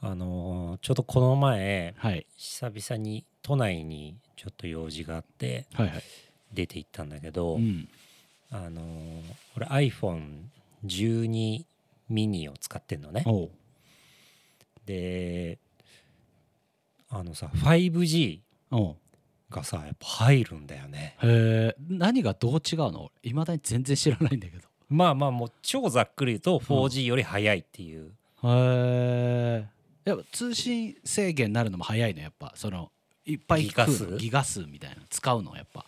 あのーちょっとこの前はい久々に都内にちょっと用事があってはいはい。出て行ったんだけど、うん。あのー俺 iPhone12 ミニを使ってんのねおうであのさ 5G おうがさやっぱ入るんだよねへえ何がどう違うのいまだに全然知らないんだけど。まあまあもう超ざっくり言うと 4G より速いっていう、へえ。やっぱ通信制限になるのも早いのやっぱそのいっぱいギ聞くガ数のギガ数みたいな使うのやっぱ。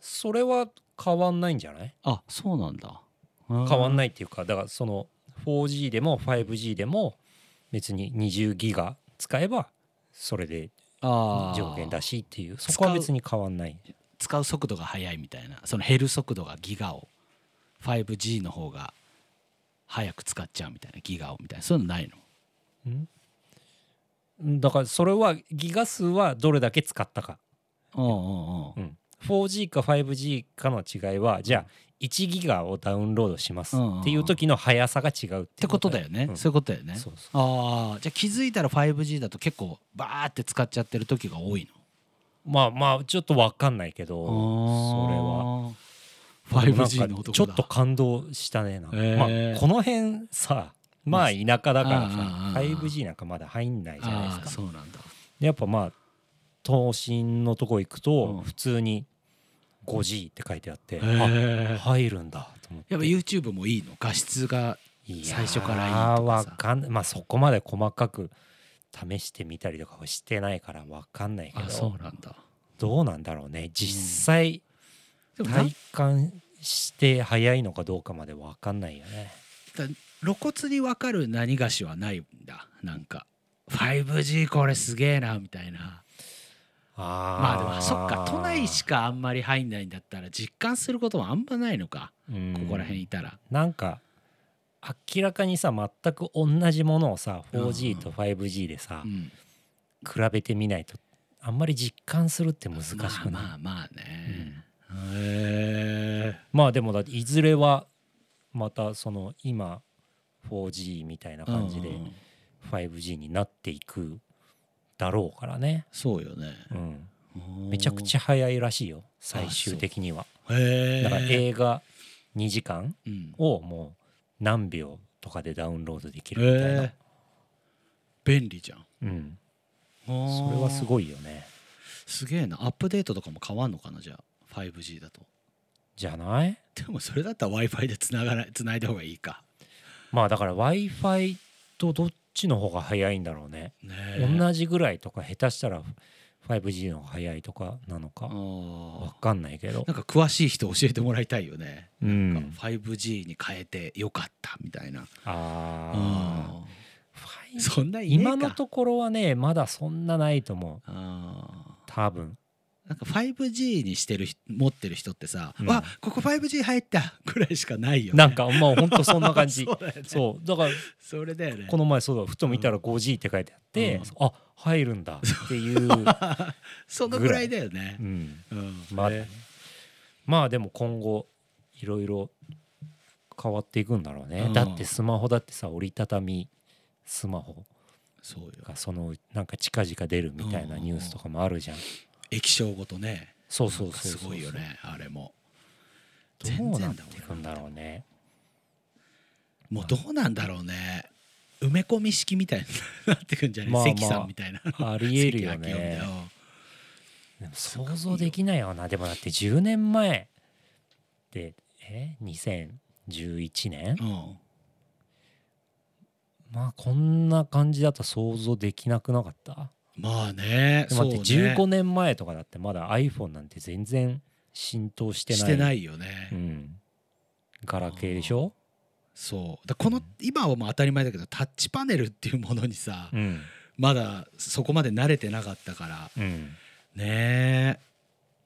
それは変わんないんじゃないあそうなんだ。変変わんい。ないっていうかだからその 4G でも 5G でも別に20ギガ使えばそれでああ。上限だしっていうそこは別に変わんない使う速度が速いみたいなその減る速度がギガを 5G の方が早く使っちゃうみたいなギガをみたいなそういうのないのんだからそれはギガ数はどれだけ使ったか、うんうんうんうん、4G か 5G かの違いはじゃあ1ギガをダウンロードしますうんうんうんっていう時の速さが違うっっててことだよね、うんそういうことだよねそうそうああじゃあ気づいたら 5G だと結構バーって使っちゃってる時が多いまあまあちょっと分かんないけどそれはのそれは 5G のなんか男だちょっと感動したねなんか、へーまあ、この辺さまあ田舎だからあさー 5G なんかまだ入んないじゃないあであすかそうなんだでやっぱまあ都心のとこ行くうんと普通に 5G って書いてあって、へあえ入るんだと思ってやっぱ YouTube もいいの画質がいやー最初からいいとかわさかんまあそこまで細かく試してみたりとかはしてないからわかんないけあそどうなんだどうなんだろうね実際でもな体感して早いのかどうかまでわかんないよねだ露骨に分かる何がしはないんだなんか 5G これすげえなみたいなまああでもそっか都内しかあんまり入んないんだったら実感することはあんまないのか、こここら辺いたらなんか明らかにさ全く同じものをさう 4G んと 5G でさ、うん比べてみないとあんまり実感するって難しくない、まあまあまあまあね、へえでもだっていずれはまたその今 4G みたいな感じでうんうんうん 5G になっていくだろうからね、そうよねうん、めちゃくちゃ早いらしいよ最終的にはゃへえだから映画2時間うんをもう何秒とかでダウンロードできるみたいな、へえ便利じゃんうん、そそれれはすいごいよねすげえなアップデートとかも変わんのかなじゃあ 5G だとじゃないでもそれだったら w i f i でつながないつないだ方がいいかまあだから w i f i とどっちの方が早いんだろうね、ねえ同じぐらいとか下手したら 5G の方が早いとかなのかあわかんないけどーなんか詳しい人教えてもらいたいよね、うなんんか 5G に変えてよかったみたいなあーうん 5G そんないねえか今のところはねまだそんなないと思うあ多分ーなんか 5G にしてる人持ってる人ってさ、うんわここ 5G 入ったぐらいしかないよねなんかもうほんとそんな感じ そうだよねそそうだかられだよねこの前そうだふと見たら 5G って書いてあって、うんあ入るんだっていう、 そのぐらいだよねうん、うんまだねねまあでも今後いろいろ変わっていくんだろうね、うんだってスマホだってさ折りたたみスマホそうよがそのなんか近々出るみたいなニュースとかもあるじゃん、液晶ごとねそうそうそうすそうごいよねあれもどうなっ全然だていくんだろうねもうどうなんだろうね埋め込み式みたいになってくんじゃない、まあまあ関さんみたいなありえるよ関明夫みたいねなでも想像できないよなでもだって10年前でえ2011年うんまあこんな感じだと想像できなくなかったまあねでも待ってそうね15年前とかだってまだ iPhone なんて全然浸透してない、してないいよね、うん、ガラケーでしょ、そうだこの今はもう当たり前だけどタッチパネルっていうものにさ、うんまだそこまで慣れてなかったからうん、ねえ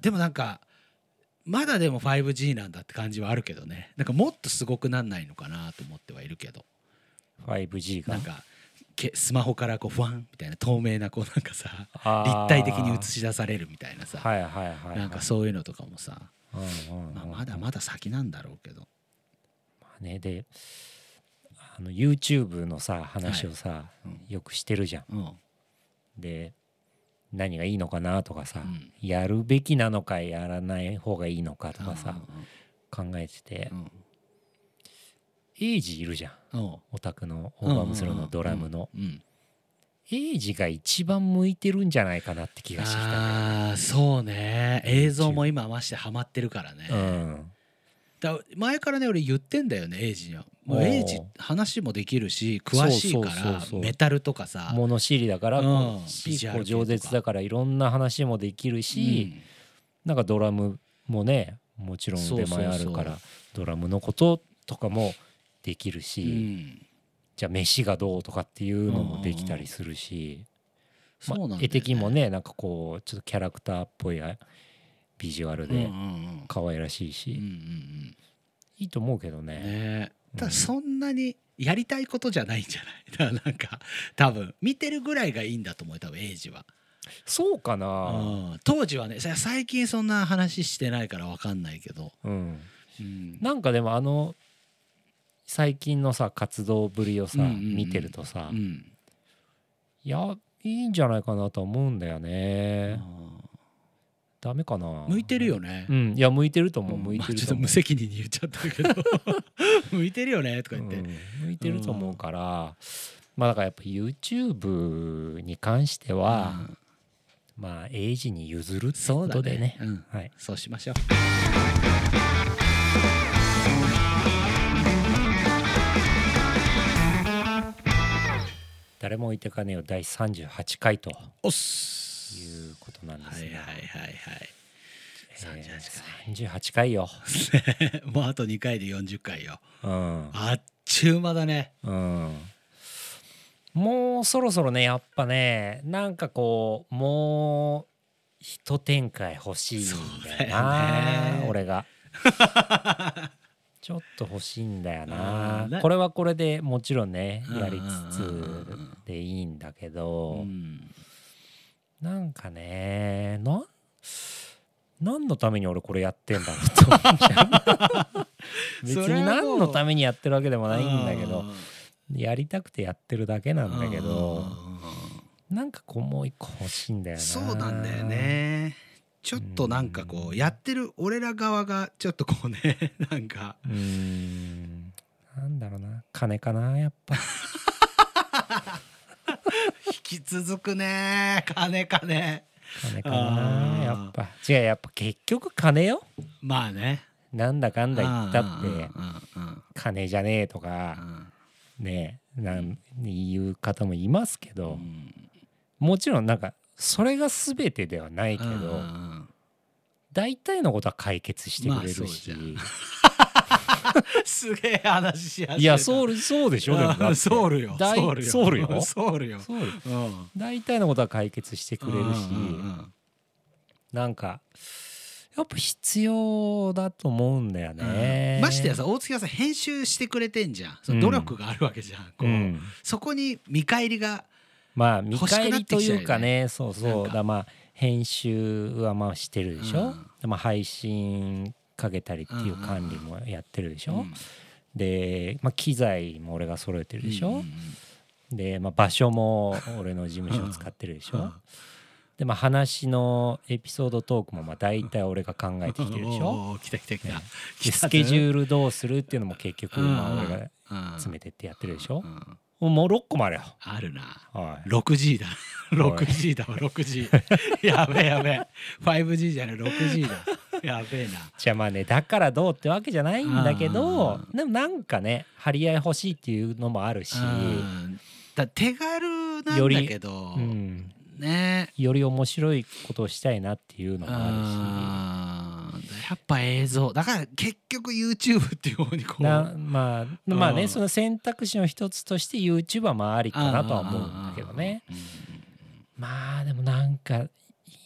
でもなんかまだでも 5G なんだって感じはあるけどねなんかもっとすごくなんないのかなと思ってはいるけど 5G がなんかけスマホからこうファンみたいな透明なこうなんかさあー立体的に映し出されるみたいなさ、はいはいはいはいなんかそういうのとかもさ、うんうんうんまあ、まだまだ先なんだろうけど、まあねであの YouTube のさ話をさ、うんよくしてるじゃん。うんで何がいいのかなとかさ、うんやるべきなのかやらない方がいいのかとかさ、考えてて、うんエイジいるじゃんうんオタクのオーバームスローのドラムの、うんうんエイジが一番向いてるんじゃないかなって気がしてきたね。あーそうね映像も今ましてハマってるからね、うん、だ前からね俺言ってんだよねエイジにはもうおーエイジ話もできるし詳しいからそうそうそうそうメタルとかさ物知りだから、うんこうビジュアル系とこかう饒舌だからいろんな話もできるし、なんかドラムもねもちろん腕前あるからそうそうそうドラムのこととかもできるうし、んうんじゃあ飯がどうとかっていうのもできたりするし、そうなんまだよあね絵的にもねなんかこうちょっとキャラクターっぽいあビジュアルうんうんうでん可愛らしいし、うんうんういんいと思うけどね。ねうんただそんなにやりたいことじゃない んじゃないだからなんか多分見てるぐらいがいいんだと思うよ多分エイジは、そうかな、うん、当時はねさ最近そんな話してないから分かんないけど、うん、うんなんかでもあの最近のさ活動ぶりをさ、うんうんうん見てるとさ、うんいやいいんじゃないかなとは思うんだよね。あダメかなー向いてるよねう、んいや向いてると思う、うん向いてまあるちょとっと思う無、責任に言っちゃった けど向いてるよねとか言って、うん向いてると思うから、まあだからやっぱ YouTube に関しては、うんまあエイジに譲るってそこうだとでねねうん、はいそうしましょう誰も置いてかねえよ第38回といおっすうことなんではすいはいが、はいはいえ38ー38回よ、 もうあと2回で40回ようんあっちゅう間だねうん、もうそろそろねやっぱねなんかこうもう一展開欲しいんだよそうだなよね俺 がちょっと欲しいんだようなんねこれはこれでもちろんねうんやりつうんつうんうんでいいんだけうど、んなんかねなん何のために俺これやってんだろうと思っちゃ う別それにはも何うのためにやってるわけでもないんだけどあやりたくてやってるだけなーんだけうんどうんなんかこうもう一個欲しいんだようなんそうなんだよねちょっとなんかこうやってる俺ら側がちょっとこうね なんかうーんなんだろうな金かなやっぱ引き続くね金金金かなあーやっぱ違うやっぱ結局金よまあねなんだかんだ言ったっうんうんて金じゃねえとかねなん言う方もいますけうんうどんうんもちろんなんかそれが全てではないけうんうどん 大体のことは解決してくれまあそるうじしゃんすげえ話しやすいやそうそうでしょでもだってソウルよ大ソウルよソウルよ ソウルよそうようん大体のことは解決してくれるしうんうんなんかやっぱ必要だと思うんだようんね。ましてやさ大月はさ編集してくれてんじゃんその努力があるわけじゃんう、こうんそこに見返りがまあ見返りというか欲しくなってきちゃうよねそうそうなんだかからまあ編集はまあしてるでしょ、うんでまあ配信かけたりっていう管理もやってるでしょ、うんで、まあ、機材も俺が揃えてるでしょ、うんうんで、まあ、場所も俺の事務所を使ってるでしょ、うんで、まあ、話のエピソードトークもまあ大体俺が考えてきてるでしょおーおー来た来た来たねでスケジーュールどうするっていうのも結局まあ俺が詰めてってやってるでしょもう6個もあるよ。あるなはい 6G だおい 6G だわ 6G やべえや べえ 5G じゃない 6G だやべえなじゃあまあねだからどうってわけじゃないんだけどあでもなんかね張り合い欲しいっていうのもあるし、うんだ手軽なよんりだけど、うん、ねより面白いことをしたいなっていうのもああーやっぱ映像だから結局 YouTube っていう方にこるしうなまあまあうねんその選択肢の一つとして YouTube はまあありかなとは思うんだけどね。うんまあでもなんか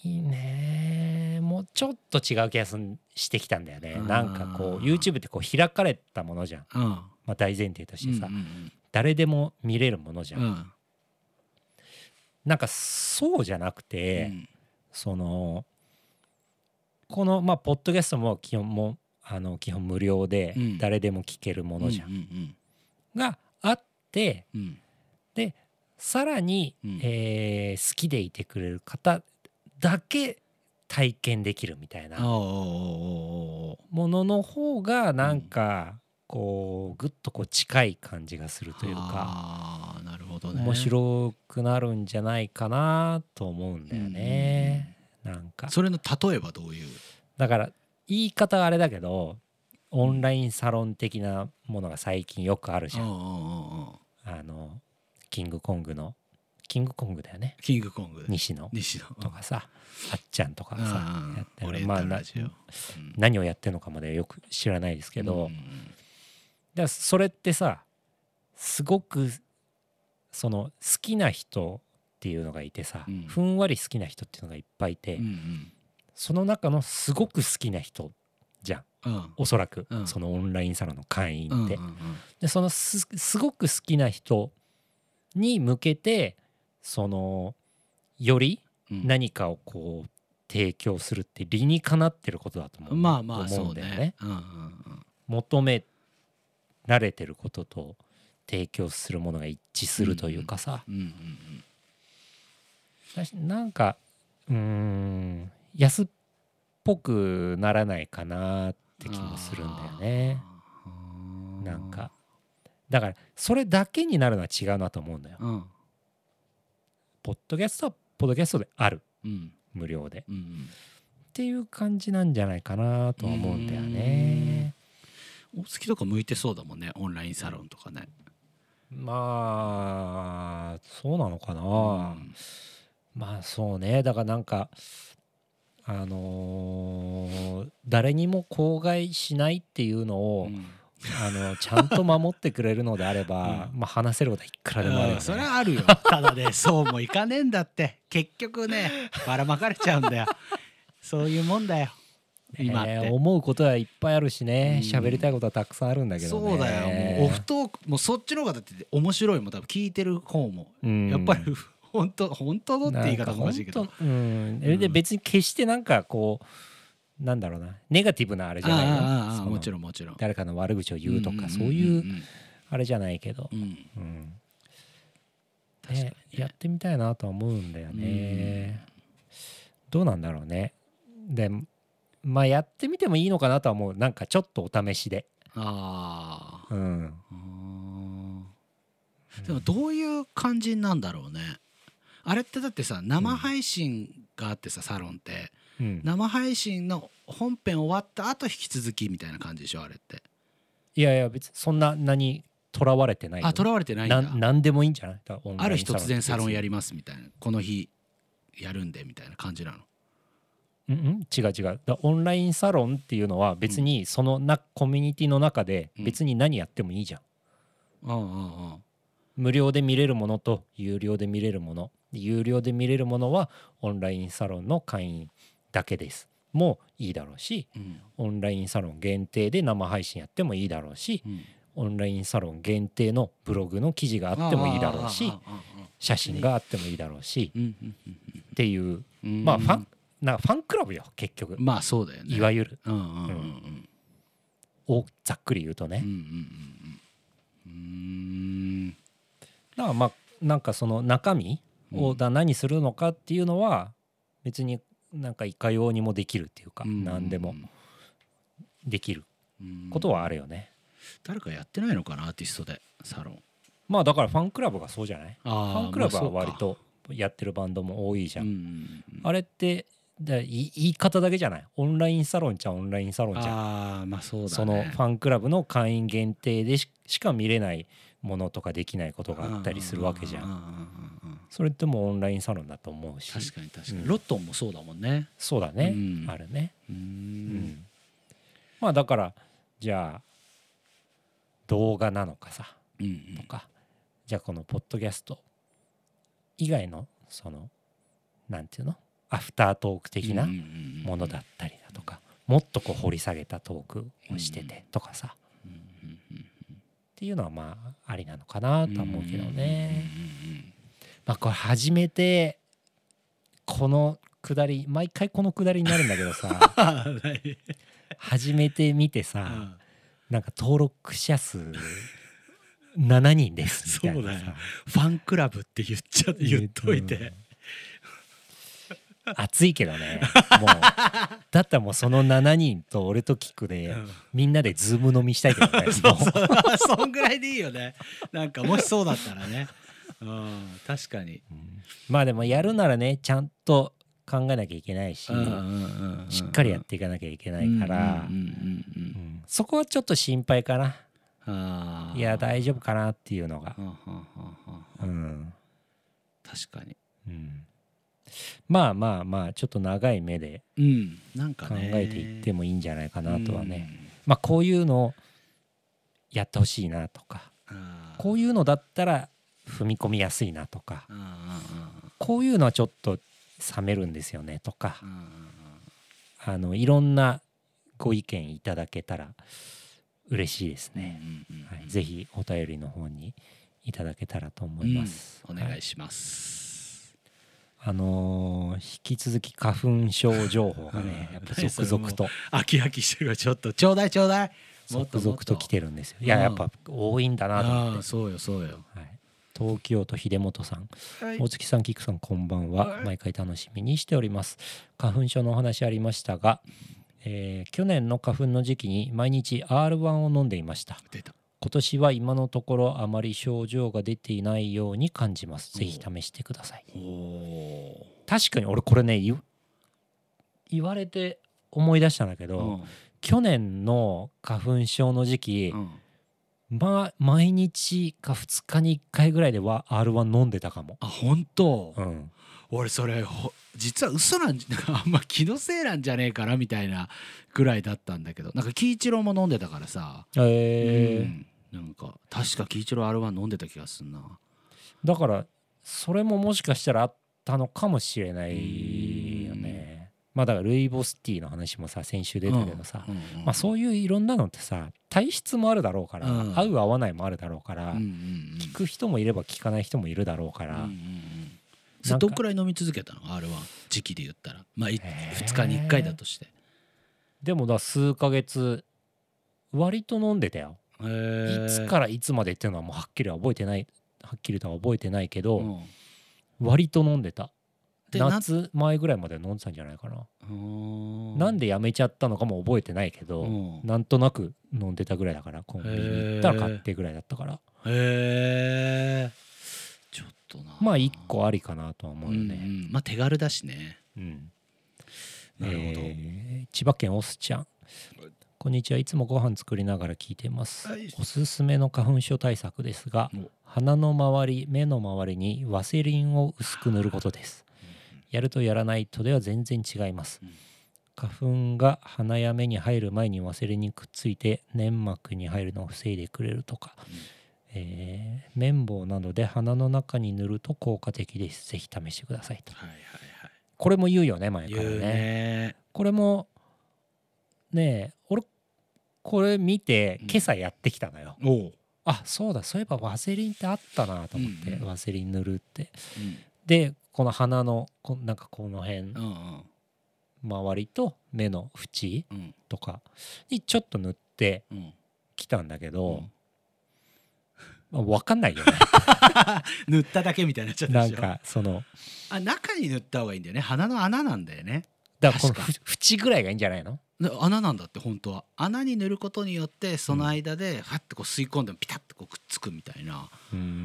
いいねもうちょっと違う気がすんしてきたんだよねうんなんかこう YouTube ってこう開かれたものじゃん、うんうんまあ、大前提としてさ、うんうん誰でも見れるものじゃん、うんなんかそうじゃなくて、うんそのこのまあポッドキャストも基本もあの基本無料でうん誰でも聞けるものじゃん、うんうんがあってうんでさらに、うんえー好きでいてくれる方だけ体験できるみたいおーなおーおーおーおーものの方がなんかこうぐっとこう近い感じがするというかあーなるほどね面白くなるんじゃないかなと思うんだよね。なんかそれの例えばどういうだから言い方はあれだけどオンラインサロン的なものが最近よくあるじゃん。うんうんうんうんあのキングコングのキングコングだよねキングコング西野西野とかさあっちゃんとかさあやってあるオリエンまあタルなラジオうん何をやってるのかまでよく知らないですけど、うだかんらそれってさすごくその好きな人っていうのがいてさ、うんふんわり好きな人っていうのがいっぱいいて、うんうんその中のすごく好きな人じゃんうんおそらく、うんそのオンラインサロンの会員って。うんうんうんでそのすすごく好きな人に向けてそのよりうん何かをこう提供するって理にかなってることだと思うまあまあ思そんうだよねうんうんうん求められてることと提供するものが一致するというかさ、うんうんうん私なんかうーん安っぽくならないかなって気もするんだよねあーなんかだからそれだけになるのは違うなと思うんだよ。うんポッドキャストはポッドキャストであるうん無料でうんうんっていう感じなんじゃないかなとは思うんだよね。お好きとか向いてそうだもんねオンラインサロンとかねまあそうなのかな、うんまあそうねだからなんかあのー誰にも口外しないっていうのを、うんあのちゃんと守ってくれるのであれば、 うまあ話せることはいくらでもあるようんそれね。はあるよただねそうもいかねえんだって 結局ねばらまかれちゃうんだよそういうもんだよ今って、えー思うことはいっぱいあるしねうん喋、りたいことはたくさんあるんだけどね。そうだよもうオフトークもうそっちの方がだって面白いもん多分聞いてる方も、うんやっぱり 本当本当のって言い方おかしいけどなんかほんとうん、えでうん別に決してなんかこうなんだろうなネガティブなあれじゃないよああああそのもちろんもちろん誰かの悪口を言うとか、んんんんそういうあれじゃないけどう、んうんうん確かにねねやってみたいなとは思うんだよね、どうなんだろうねでまあやってみてもいいのかなとは思うなんかちょっとお試しで、あうあん、うーんでもどういう感じなんだろうねあれってだってさ生配信があってさサロンってうん生配信の本編終わった後引き続きみたいな感じでしょあれっていやいや別にそんな何とらわれてないよあとらわれてないんだななんでもいいんじゃないだからオンライあンる日突然サロンやりりますみたいなこの日やるんでみたいな感じなのうんうん、違う違うだからオンラインサロンっていうのは別にそのな、コミュニティの中でうん別に何やってもいいじゃん、うんうんうん無料で見れるものと有料で見れるもの有料で見れるものはオンラインサロンの会員だけですもういいだろうしうんオンラインサロン限定で生配信やってもいいだろうしうんオンラインサロン限定のブログの記事があってもいいだろうしああああああ写真があってもいいだろうしうんうんうんっていううんまあファンなんかファンクラブよ結局まあそうだよねいわゆるうんうんうんうんをざっくり言うとうんねうんうんうんうーんだからまあなんかその中身をだ何するのかっていうのは別になんかいかようにもできるっていうかうん何でもできるうんことはあるよね誰かやってないのかなアーティストでサロンまあだからファンクラブがそうじゃないフファンクラブは割とやってるバンドも多いじゃんあれってだい言い方だけじゃないオンラインサロンじゃオンラインサロンじゃんああまあそうだねそのファンクラブの会員限定でししか見れないものとかできないことがあったりするわけじゃうんううんうんうんそれってもうオンラインサロンだと思うし確かに確かに、うんロットンもそうだもんねそうだね、うんあるね、ううんんまあだからじゃあ動画なのかさうんうとんかじゃあこのポッドキャスト以外のそのなんていうのアフタートーク的なものだったりだとかもっとこう掘り下げたトークをしててとかさっていうのはまあありなのかなとは思うけどね。まあこれ初めてこの下り毎回この下りになるんだけど さああない初めて見てうさんなんか登録者数7人ですみたいなさそうだよファンクラブって言っちゃ言っといて、うん暑いけどねもうだったらもうその7人と俺とキックで、うん みんなでズーム飲みしたいけどねそうもうそうそんぐらいでいいよねなんかもしそうだったらね、うん、確かに、うんまあでもやるならねちゃんと考えなきゃいけないし、うんうんうんしっかりやっていかなきゃいけないから、うんうんうんうんうんそこはちょっと心配かなあーいや大丈夫かなっていうのがは、んはんはんはんうん確かにうんまあまあまあちょっと長い目でうんなんか考ねえていってもいいんじゃないかなとはね、うんまあこういうのをやってほしいなとかあーこういうのだったら踏み込みやすいなとかあーあーこういうのはちょっと冷めるんですよねとかあーあのいろんなご意見いただけたら嬉しいですうんうね、んうんはい、ぜひお便りの方にいただけたらと思います、うんお願はいします、あのー引き続き花粉症情報がねやっぱ続々と飽き飽きしてるからちょっとちょうだいちょうだいもっ続々と来るてるんですよいやうんやっぱ多いんだなと思あっあて、そうよそうよはい、東京都秀本さんはい大月さんキクさんこんばんははい毎回楽しみにしております花粉症のお話ありましたが、えー去年の花粉の時期に毎日 R1 を飲んでいました出た今年は今のところあまり症状が出ていないように感じますぜひ試してくださいおお確かに俺これね言言われて思い出したんだけど、去年の花粉症の時期、まあ毎日か2日に1回ぐらいでは R1 飲んでたかも、あ本当、うん、俺それほ実は嘘なんじ なんかあんま気のせいなんじゃねえかなみたいなぐらいだったんだけどなんか喜一郎も飲んでたからさ、えーうんなんか確か喜一郎 R1 飲んでた気がすんなだからそれももしかしたらあったのかもしれないよねまあだからルイボスティーの話もさ先週出たけどさ、うんうんうんまあ、そういういろんなのってさ体質もあるだろうから、うん合う合わないもあるだろうから、うんうんうん聞く人もいれば聞かない人もいるだろうから、うんうんうんなそれんかどんくらい飲み続けたの R1 時期で言ったらまあ2へー日に1回だとしてでもだ数ヶ月割と飲んでたよ、いつからいつまでっていうのはもうはっきりは覚えてないはっきりとは覚えてないけど、うん割と飲んでたでな夏前ぐらいまで飲んでたんじゃないかな、うんなんでやめちゃったのかも覚えてないけど、うんなんとなく飲んでたぐらいだからコンビニに行ったら買ってぐらいだったからへえちょっとなまあ1個ありかなとは思うようんね、うんまあ手軽だしねうんなるほどえー千葉県おすちゃんこんにちはいつもご飯作りながら聞いてます、はいおすすめの花粉症対策ですがお鼻の周り目の周りにワセリンを薄く塗ることですやるとやらないとでは全然違いますうん花粉が鼻や目に入る前にワセリンにくっついて粘膜に入るのを防いでくれるとか、えー綿棒などで鼻の中に塗ると効果的ですぜひ試してくださいとはいはいはいこれも言うよね前から言うねねこれもねえ俺これ見てうん今朝やってきたのよ、おうあそうだそういえばワセリンってあったなと思って、うんうんワセリン塗るってうんでこの鼻のこなんかこの辺うんうん周りと目の縁うんとかにちょっと塗ってうんきたんだけどうん、まあ分かんないよ ね塗っただけみたいになっちゃったなでんしょかそのあ中に塗った方がいいんだよね鼻の穴なんだよねだからこの確かふ縁ぐらいがいいんじゃないのな穴なんだって本当は穴に塗ることによってその間でハッてこう吸い込んでもピタッとこうくっつくみたいな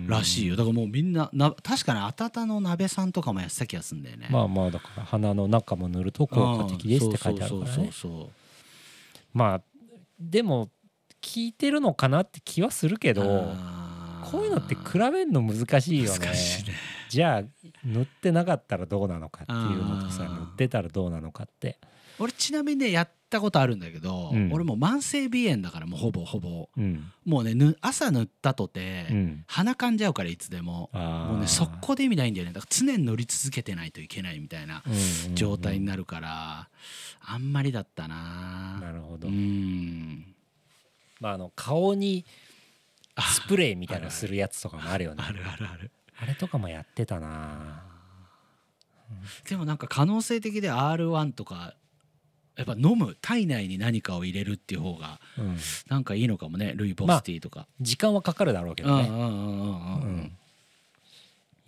らしいよだからもうみんなな確かにあたたの鍋さんとかもやってた気がするんだよねまああまあだから鼻の中も塗ると効果的ですって書いてあるからそうねそうそうまあでも聞いてるのかなって気はするけそうどあーこういうのって比べるの難しいよね難しいねじゃあ塗ってなかったらどうなのかっていうのとさあー塗ってたらどうなのかって俺ちなみにねやったことあるんだけど、うん俺もう慢性鼻炎だからもうほぼほぼうんもうねぬ朝塗ったとて、うん鼻かんじゃうからいつでもあーもうね速攻で意味ないんだよねだから常に乗り続けてないといけないみたいなうんうんうん状態になるから、あんまりだったななるほどうんまああの顔にあスプレーみたいなのするやつとかもあるよねあるあるあるあれとかもやってたなでもなんか可能性的で R1 とかやっぱ飲む体内に何かを入れるっていう方がうんなんかいいのかもねルイボスティーとか、時間はかかるだろうけうんどね、うんうんうんうんううんんね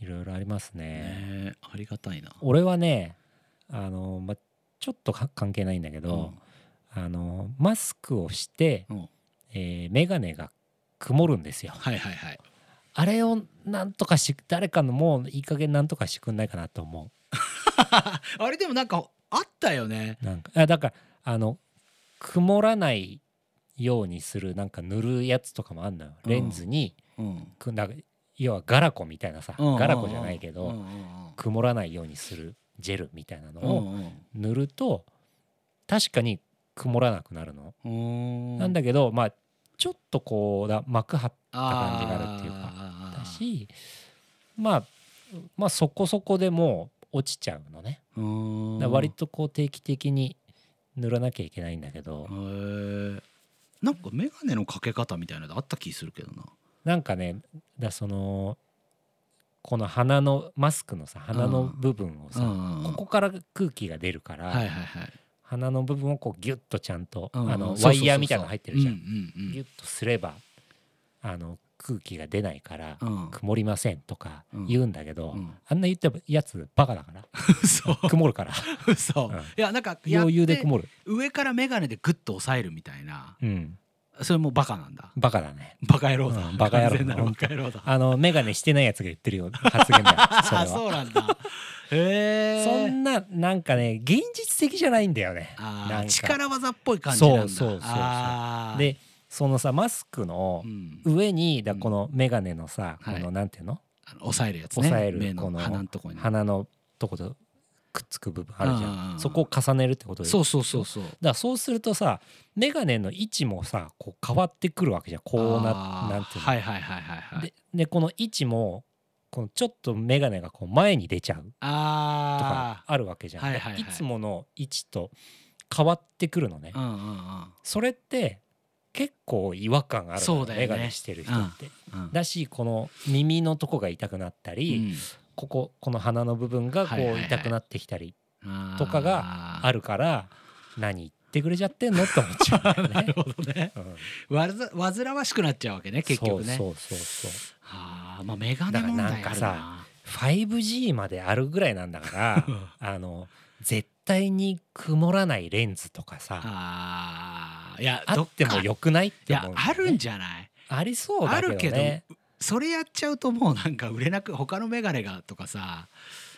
いろいろありますねえありがたいな俺はねあの、ま、ちょっとか関係ないんだけうどん、あのマスクをして、うんえー眼鏡が曇るんですよはいはいはいあれをなんとかし誰かのもういい加減なんとかしてくんないかなと思あれでもなんかあったよねうなんかあだからあの曇らないようにするなんか塗るやつとかもあんのようんレンズに、うんくなんか要はガラコみたいなさ、うんうんうんガラコじゃないけど、うんうん曇らないようにするジェルみたいなのうんを塗ると確かに曇らなくなるの、うんうんなんだけどまあちょっとこうだ膜張った感じがあるっていうかあーだしまあまあそこそこでもう落ちちゃうのねうんだから割とこう定期的に塗らなきゃいけないんだけどへーなんか眼鏡のかけ方みたいなのあった気するけどななんかねだそのこの鼻のマスクのさ鼻の部分をさうんここから空気が出るから、はいはいはい鼻の部分をこうギュッとちゃんと、うんあのそうそうそうそうワイヤーみたいなの入ってるじゃんううんギュッとすればあの空気が出ないから、うんうん曇りませんとかうん言うんだけど、うんあんな言ってもやつバカだ から嘘曇るから 嘘うんいやなんかやっ余裕でて曇る、上から眼鏡でグッと押さえるみたいなうん、それもバカなんだバカだねバカ野郎だうんバカ野郎完全なるバカ野 郎だあの眼鏡してないやつが言ってるような発言だよそれ あはそうな んだへえそんななんかね現実的じゃないんだよねあなんーか力技っぽい感じなんだそうそうそうそうあーでそのさマスクのうん上にだうんこの眼鏡のさ、はいこのなんていうのあの押さえるやつね押さえる目のこの鼻のとこに鼻のとことくっつく部分あるじうんうんゃうんんそこを重ねるってことでそうそうそうそうだからそうするとさ眼鏡の位置もさこう変わってくるわけじゃんこうあなーなんていうの、はいはいはいはいはいででこの位置もこのちょっと眼鏡がこう前に出ちゃうとかああるわけじゃん、はいはいはいいつもの位置と変わってくるのね、あうんうんうんそれって結構違和感あるのそうだよね眼鏡してる人って、うんだしこの耳のとこが痛くなったり、こここの鼻の部分がこはいはういはい痛くなってきたりうんとかがあるから、何言ってくれちゃってんのって思っちゃうんだ なよねる。ほどねうんわざ煩わしくなっちゃうわけね結局ねそうそうそうそうああまあメガネ問題あるなだからなん 5G まであるぐらいなんだ からあの絶対に曇らないレンズとかさあーいやあってもどかよくないっいて思やうんだよね、あるんじゃないありそうだけどねあるそれやっちゃうともうなんか売れなく他のメガネがとかさ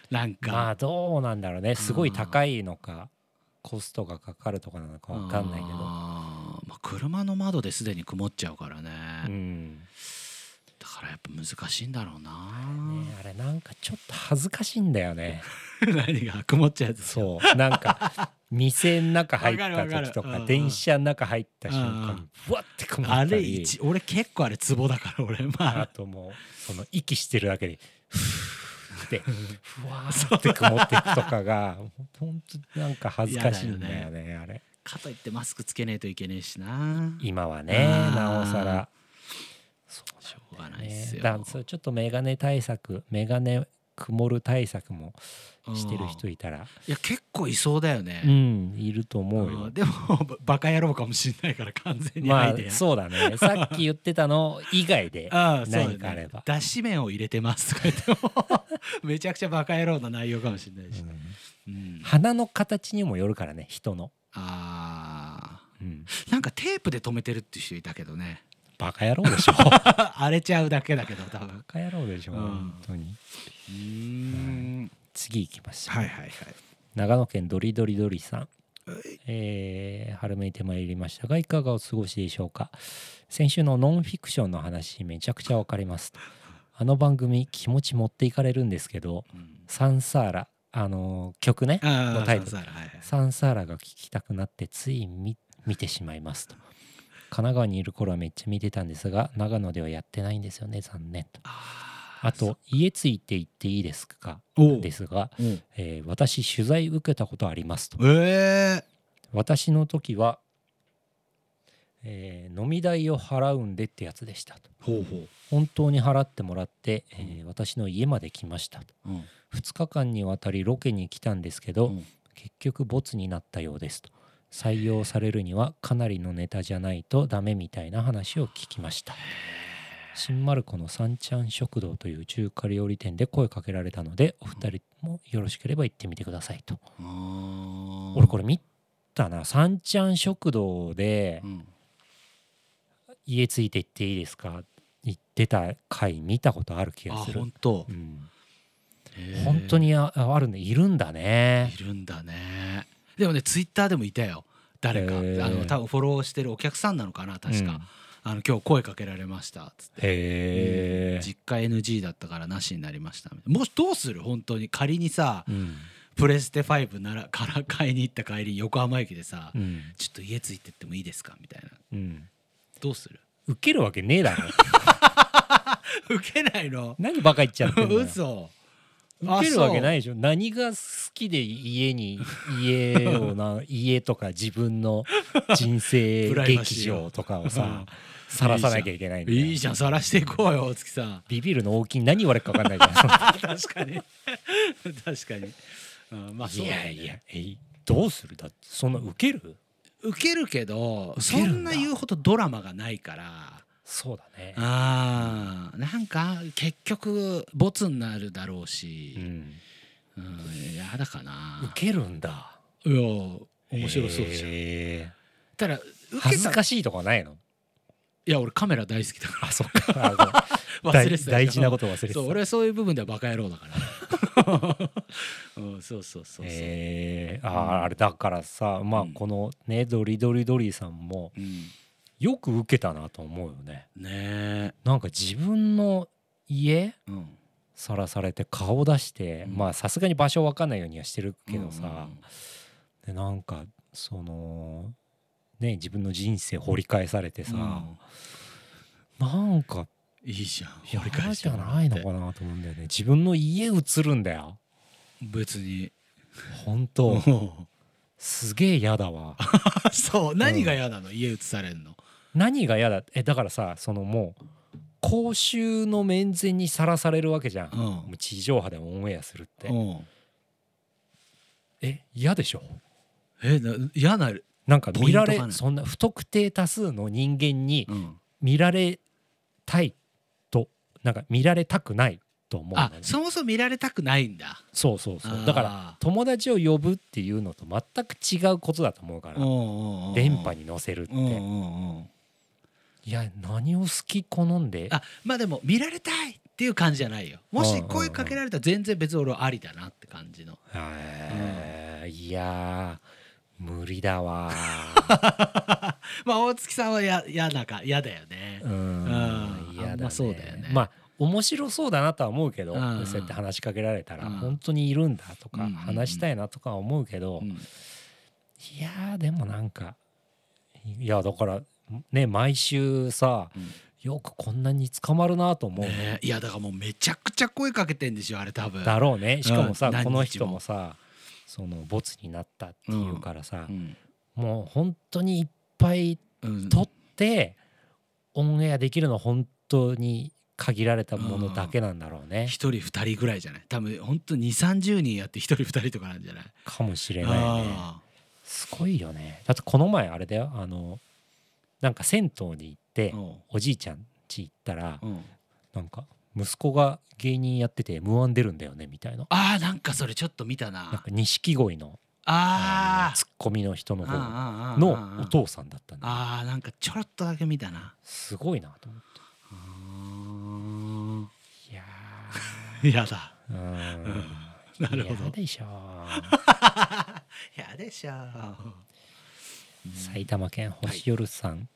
なんまかあどうなんだろうねすごい高いのかコストがかかるとかなのかわかんないけど、あーまあ車の窓ですでに曇っちゃうからねうんだからやっぱ難しいんだろうなね、あれなんかちょっと恥ずかしいんだよね 何が曇っちゃうやつそうなんか店の中入ったわかるわかる時とかうんうん電車の中入った瞬うんう間んふわって曇ったありれ一俺結構あれツボだから俺まああともうその息してるだけでふーってふわーって曇っていくとかが本当なんか恥ずかしいんだよねあれかといってマスクつけねえといけねえしな今はねあーなおさらそうしょうがだないっねすよ、だからそれちょっとメガネ対策メガネ曇る対策もしてる人いいたらや結構いそうだよねう、んいると思ううよんでもばバカ野郎かもしんないから完全にアまイあデア、そうだねさっき言ってたの以外で ああそうだね何かあればだし麺を入れてますとか言ってもめちゃくちゃバカ野郎な内容かもしれないし、うんうん鼻の形にもよるからね人の、あ うん、ーなんかテープで止めてるっていう人いたけどね バカ野郎でしょ荒れちゃうだけだけど多分バカ野郎でしょ、うん本当にうーん次行きましょう、はいはいはい長野県ドリドリドリさんはい、えー春めいてまいりましたがいかがお過ごしでしょうか先週のノンフィクションの話めちゃくちゃわかりますあの番組気持ち持っていかれるんですけどうんサンサーラあのー曲ねあのあタイトルそうそうはいはいサンサーラが聴きたくなってつい見見てしまいますと神奈川にいる頃はめっちゃ見てたんですが長野ではやってないんですよね残念とあーあと家ついて行っていいですかおうですが、うんえー私取材受けたことありますとえ私の時は、えー飲み代を払うんでってやつでしたとー、ほうほ本当に払ってもらって、えー私の家まで来ましたとう、うん2日間にわたりロケに来たんですけど、うん結局ボツになったようですと採用されるにはかなりのネタじゃないとダメみたいな話を聞きました新丸子の三ちゃん食堂という中華料理店で声かけられたのでお二人もよろしければ行ってみてくださいと俺これ見たな三ちゃん食堂でうん家ついて行っていいですか行ってた回見たことある気あがする本当うんへー本当にああるんでいるんだねいるんだねでもねツイッターでもいたよ誰かあへーの多分フォローしてるお客さんなのかな確うんかあの今日声かけられましたつってへえ実家 NG だったからなしになりましたもしどうする本当に仮にさうんプレステ5ならから買いに行った帰りに横浜駅でさうんちょっと家ついてってもいいですかみたいなうんどう するウケるわけねえだ ろ受けないの何バカ言っちゃってんのよ嘘ウケるわけないいでしょ何が好きで家 に家をな家とか自分の人生 プライバ劇シーを場とかをささらさなきゃいけないんだよいいじゃん晒していこうよ大月さんビビるの大きい何言われるか分かんないじゃ確かに確かに、うん、まあん そういだよやねいやえいどうするだってそんなウケる受けるけど受そけるんだんな言うほどドラマがないからそうだねあーなんか結局ボツになるだろううし、んうんやだかウなケるんだいや面白そうじゃん、へただー受恥けずたかしいとかない のいや俺カメラ大好きだかあそっから大 忘れてた大事なことと忘れてたそう俺はそういう部分ではバカ野郎だから、 うん、そうそうそうそう、えー、うんあーあれだからさまあうんこのね、ドリドリドリさんもうんよく受けたなと思うよねねえ、なんか自分の家うん、さらされて顔出して、うんまあさすがに場所わかんないようにはしてるけどさ、うんうんうんでなんかそのね自分の人生掘り返されてさ、なんかいいじゃん掘嫌り返しじてゃもらってないのかなと思うんだよね自分の家映るんだよ別に本当、うんすげえ嫌だわ そう何が嫌なの、家移されんの何が嫌だえだからさそのもう公衆の面前にさらされるわけじゃん、うんもう地上波でオンエアするって、うんえ嫌でしょえな嫌なる、なんか見らポイントれがないそんな不特定多数の人間にうん、見られたいとなんか見られたくないと思うんだあよねそもそも見られたくないんだそうそうそうあーだから友達を呼ぶっていうのと全く違うことだと思うから電波にに乗せるってうんうんうんいや何を好き好んであまあでも見られたいっていう感じじゃないよもうんうんしうん声かけられたら全然別に俺はありだなって感じのへーいやー無理だ わまあ大月さんはや嫌だか嫌だよねう、んうん嫌だあんまそうだよねまあ面白そうだなとは思うけど、うんうんそうやって話しかけられたらうん本当にいるんだとか、うんうんうん話したいなとかは思うけど、うんいやーでもなんかいやだからね毎週さうんよくこんなに捕まるなと思う、ねえいやだからもうめちゃくちゃ声かけてんでしょあれ多分だろうねしかもさ、うんこの人何日ももさそのボツになったっていうからさう、んもう本当にいっぱいうん撮ってオンエアできるのは本当に限られたものだけなんだろうね、一人二人ぐらいじゃない多分本当二三十人やって一人二人とかなんじゃないかもしれないねあすごいよねだってこの前あれだよあのなんか銭湯に行って、ーうんおじいちゃん家行ったら、うんなんか息子が芸人やってて m 1出るんだよねみたいなあーなんかそれちょっと見たなんなか錦鯉のあのーツッコミの人の方あーあーあーのおあー父さんだったんだよあーなんかちょろっとだけ見たなすごいなと思っあていやーやだ ーうーんなるほ嫌どでしょう やでしょ埼玉県星夜さん、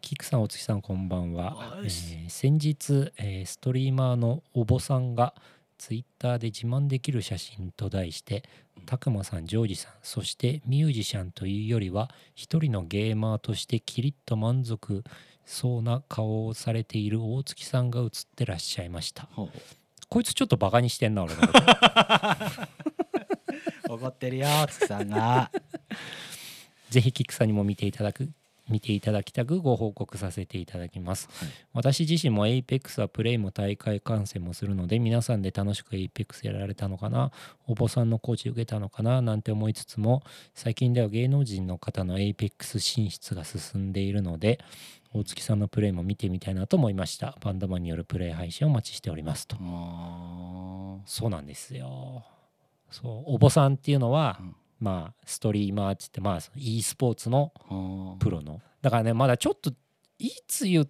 キクさんおつきさんこんばんは、おえいしー先日、えーストリーマーのおぼさんがツイッターで自慢できる写真と題してたくまさんジョージさんそしてミュージシャンというよりは一人のゲーマーとしてキリッと満足そうな顔をされている大月さんが写ってらっしゃいましたほこいつちょっとバカにしてんな俺のことう怒ってるよ月さんが ぜひキクさんにも見ていただく見ていただきたくご報告させていただきます、私自身も APEX はプレイも大会観戦もするので皆さんで楽しく APEX やられたのかなお坊さんのコーチ受けたのかななんて思いつつも最近では芸能人の方の APEX 進出が進んでいるので大月さんのプレイも見てみたいなと思いましたバンドマンによるプレイ配信をお待ちしておりますとあそうなんですよそうお坊さんっていうのは、うんまあストリーマーっつってまあその e スポーツのーあプロのだからねまだちょっといつ言っ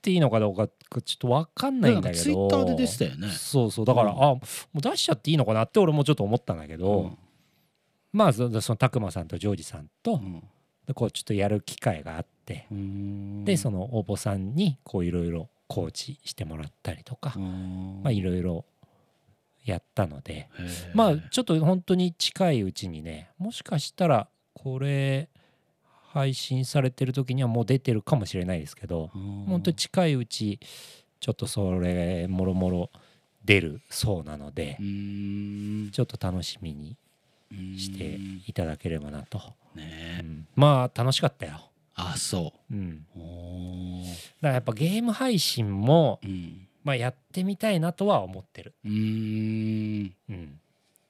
ていいのかどうかちょっと分かんないんだけどツイッターで出てたよねそうそうだから、うあんもう出しちゃっていいのかなって俺もちょっと思ったんだけど、まあそその拓磨さんとジョージさんと、うんでこうちょっとやる機会があって、うんでその応募さんにこういろいろコーチしてもらったりとか、うんまあいろいろやったので、へーまあちょっと本当に近いうちにねもしかしたらこれ配信されてる時にはもう出てるかもしれないですけどうん本当に近いうちちょっとそれもろもろ出るそうなのでうんちょっと楽しみにしてうんいただければなと、うねんまあ楽しかったよ、あそうん、だうおーからやっぱゲーム配信も、うんまあ、やってみたいなとは思ってる、うんうん、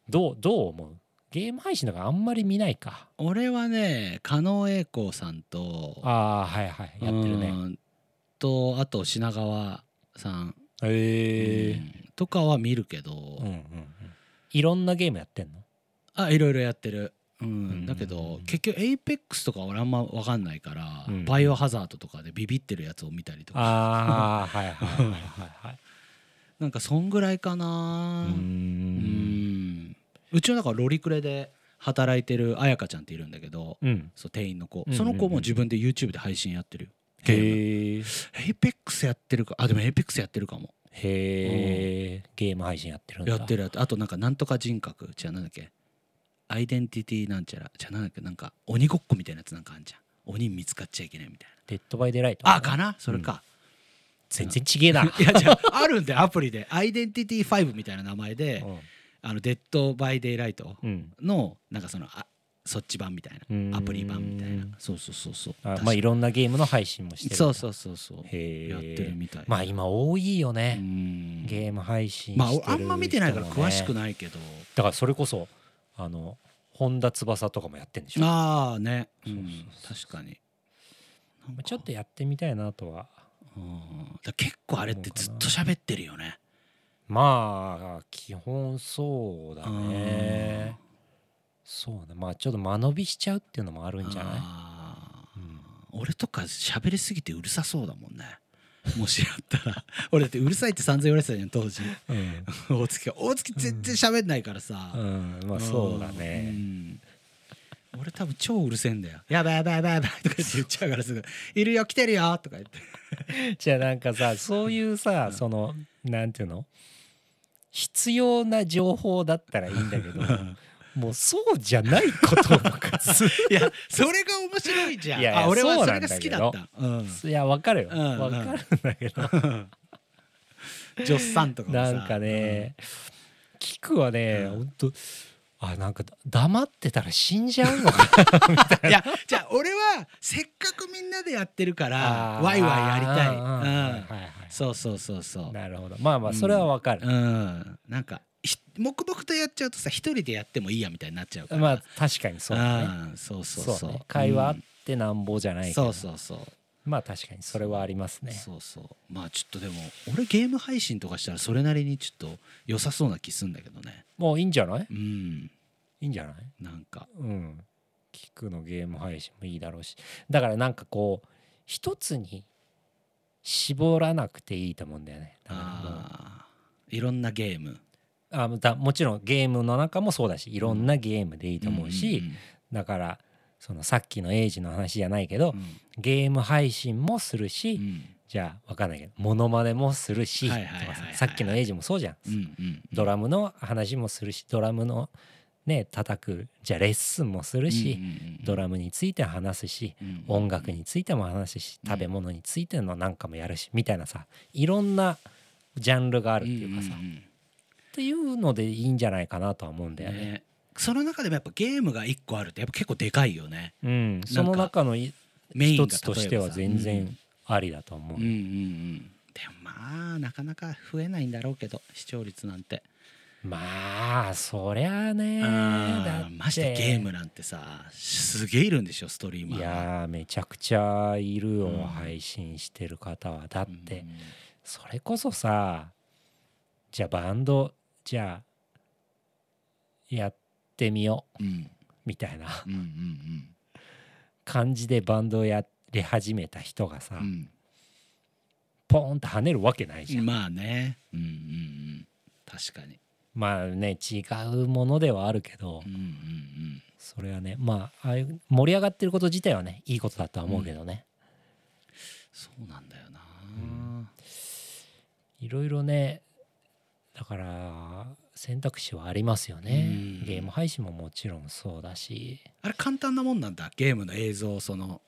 どうどう思うゲーム配信だからあんまり見ないか俺はね狩野英孝さんとああはいはいやってるうねんとあと品川さん、へうんとかは見るけど、うんうんうんいろんなゲームやってんのあいろいろやってる、うんんだけど結局 APEX とか俺あんま分かんないから、うんバイオハザードとかでビビってるやつを見たりとかああはいはいはいはいはいなんかそんぐらいか なうーうんんうちの中ロリクレで働いてる彩香ちゃんっているんだけどうんそう店員の子うんうんその子も自分で YouTube で配信やってるよゲームへえ APEX やってるかあでも APEX やってるかもへえゲーム配信やってるんだやってるやつあとなんかなんとか人格じゃあなんだっけアイデンティティなんちゃらじゃあなんだっけなんか鬼ごっこみたいなやつなんかあんじゃん鬼見つかっちゃいけないみたいなデッドバイデライトあかなそれか、全然ちげえないやじゃああるんでアプリでアイデンティティ5みたいな名前で、あのデッド・バイ・デイ・ライトうんのなんかそのあそっち版みたいうーんなアプリ版みたいなそうそうそうそうあまあいろろんなゲームの配信もしてるそううそうそうそうへえやってるみたいまあ今多いようねんゲーム配信まあしてるあんま見てないから人もね詳しくないけど、だからそれこそあの本田翼とかもやってんでしょああね、うんそうそう確かになまんかあちょっとやってみたいなとはうんだから結構あれってずっと喋ってるよねまあ基本そうだねそうねまあちょっと間延びしちゃうっていうのもあるんじゃないあーうん俺とか喋りすぎてうるさそうだもんねもしやったら俺だってうるさいって散々言われてたじゃん当時うん大月が大月全然喋んないからさ、うんまあそうだうねん俺多分超うるせえんだよ「やばいやばいやばいやばい」とか言って言っちゃうからすぐ「いるよ来てるよ」とか言ってじゃあなんかさそういうさそのなんていうの必要な情報だったらいいんだけどもうそうじゃないこととかするいやそれが面白いじゃんいやいやあ俺はそうそなれんがだ好けきどだった、うん、いやわかるようんうんわかるんだけどジョッサンとかもさなんかね、聞くはね、ほんとあなんかだ黙ってたら死んじゃうのかうんいやじゃあ俺はせっかくみんなでやってるかならワイワイやりたい、あうーんはいはいはいそうそうそうそうなるほどまあまあうんそれはわかる、うんなんかひ黙々とやっちゃうとさ一人でやってもいいやみたいになっちゃうからまあ確かにそうだねうんそうそうそそううね会話あうっんてなんぼじゃないけど、そうそうそうまあ確かにそれはありますねそうそうまあちょっとでも俺ゲーム配信とかしたらそれなりにちょっと良さそうな気すんだけどねもういいんじゃないうんいいんじゃないなんかうん聞くのゲーム配信もいいだろうしだからなんかこう一つに絞らなくていいと思うんだよねだからもうあーいろんなゲームあだもちろんゲームの中もそうだしいろんなゲームでいいと思うし、んんだからそのさっきのエイジの話じゃないけど、うんゲーム配信もするし、うんじゃあ分かんないけどモノマネもするし、はいはいはいはいとかささっきのエイジもそうじゃん、うんうんドラムの話もするしドラムのね叩くじゃあレッスンもするし、ドラムについて話すし、音楽についても話すしうん食べ物についてのなんかもやるしみたいなさいろんなジャンルがああるっていうかさ、んんっていうのでいいんじゃないかなとは思うんだよね。ねその中でもやっぱゲームが一個あるってやっぱ結構でかいよねうん、その中のいメインが一つとしては全然ありだと思う、うんうんうんでもまあなかなか増えないんだろうけど視聴率なんて、まあそりゃあねあだっあてましてゲームなんてさすげえいるんでしょストリーマいーがやーめちゃくちゃいるよ、うん配信してる方はだっうんて、それこそさじゃあバンドじゃあやってみよううんみたい なうんうん感じでバンドをやり始めた人がさ、うんうんポーンと跳ねるわけないじゃん、まあねうんうんうん確かにまあね違うものではあるけど、うんうんうんそれはねまあああいう盛り上がってること自体はねいいことだとは思うけどね、そうなんだよな、いろいろねだから選択肢はありますよね、うんゲーム配信ももちろんそうだしあれ簡単なもんなんだゲームの映像をその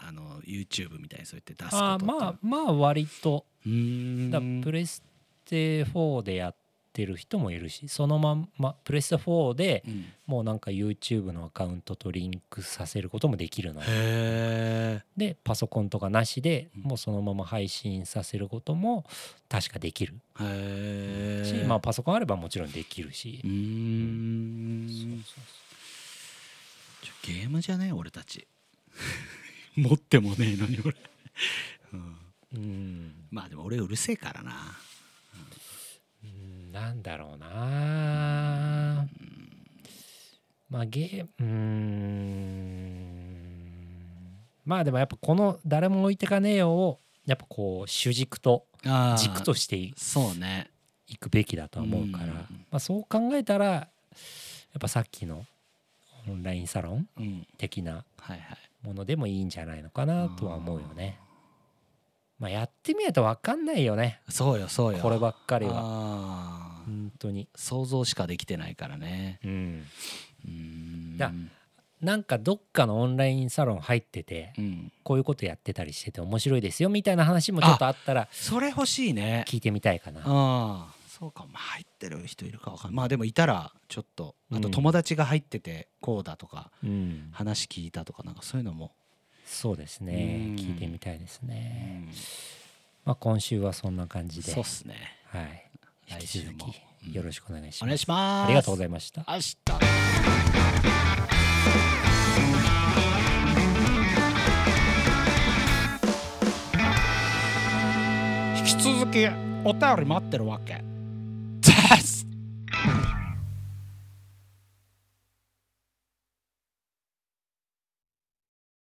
あの YouTube みたいにそうやって出すことあってまあまあ割とうーんだプレステ4でやってる人もいるしそのまんまプレステ4でうんもうなんか YouTube のアカウントとリンクさせることもできるのよへえでパソコンとかなしでうんもうそのまま配信させることも確かできるへし、えまあ、パソコンあればもちろんできるしうー、んそうそうちょゲームじゃねえ俺たち 持ってもねえのに俺、うん、そううんまあでも俺うるせえからなうんなんだろうなまあゲーうーんまあでもやっぱこの「誰も置いてかねえよ」をやっぱこう主軸とあー軸としていそうねいくべきだとは思うから、うんまあ、そう考えたらやっぱさっきのオンラインサロンうん的なはいはいものでもいいんじゃないのかなとは思うよね。まあ、やってみないと分かんないよねそうよそうよこればっかりはあー本当に。想像しかできてないからねうんうーんだなんかどっかのオンラインサロン入っててうんこういうことやってたりしてて面白いですよみたいな話もちょっとあったらそれ欲しいね聞いてみたいかな。ああそうかまあ入ってる人いるかわかんないまあでもいたらちょっとあとうん友達が入っててこうだとかうん、話聞いたとかなんかそういうのも、そうですねうん聞いてみたいですね。うんまあ、今週はそんな感じでそうっ、すねはい、引引きき続続ききよろしくお願いしおま願いす。しますありがとうございました。明日引き続きお便り待ってるわけです